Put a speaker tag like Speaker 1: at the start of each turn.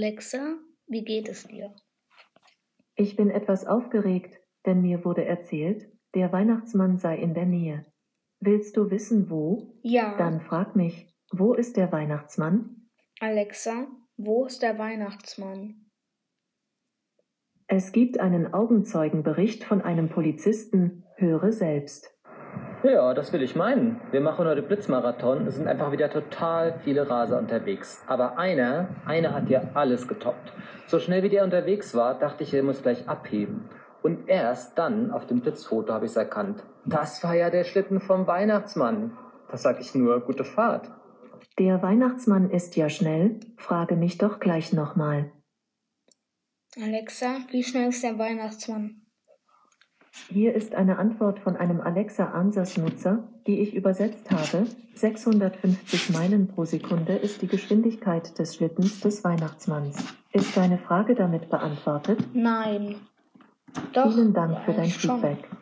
Speaker 1: Alexa, wie geht es dir?
Speaker 2: Ich bin etwas aufgeregt, denn mir wurde erzählt, der Weihnachtsmann sei in der Nähe. Willst du wissen, wo?
Speaker 1: Ja,
Speaker 2: Dann frag mich, wo ist der Weihnachtsmann?
Speaker 1: Alexa, wo ist der Weihnachtsmann?
Speaker 2: Es gibt einen Augenzeugenbericht von einem Polizisten, höre selbst.
Speaker 3: Ja, das will ich meinen. Wir machen heute Blitzmarathon. Es sind einfach wieder total viele Raser unterwegs. Aber einer, einer hat ja alles getoppt. So schnell wie der unterwegs war, dachte ich, er muss gleich abheben. Und erst dann, auf dem Blitzfoto, habe ich es erkannt. Das war ja der Schlitten vom Weihnachtsmann. Das sag ich nur, gute Fahrt.
Speaker 2: Der Weihnachtsmann ist ja schnell, frage mich doch gleich nochmal.
Speaker 1: Alexa, wie schnell ist der Weihnachtsmann?
Speaker 2: Hier ist eine Antwort von einem Alexa Ansatz-Nutzer, die ich übersetzt habe. 650 Meilen pro Sekunde ist die Geschwindigkeit des Schlittens des Weihnachtsmanns. Ist deine Frage damit beantwortet?
Speaker 1: Nein. Doch.
Speaker 2: Vielen Dank für dein
Speaker 1: eigentlich schon.
Speaker 2: Feedback.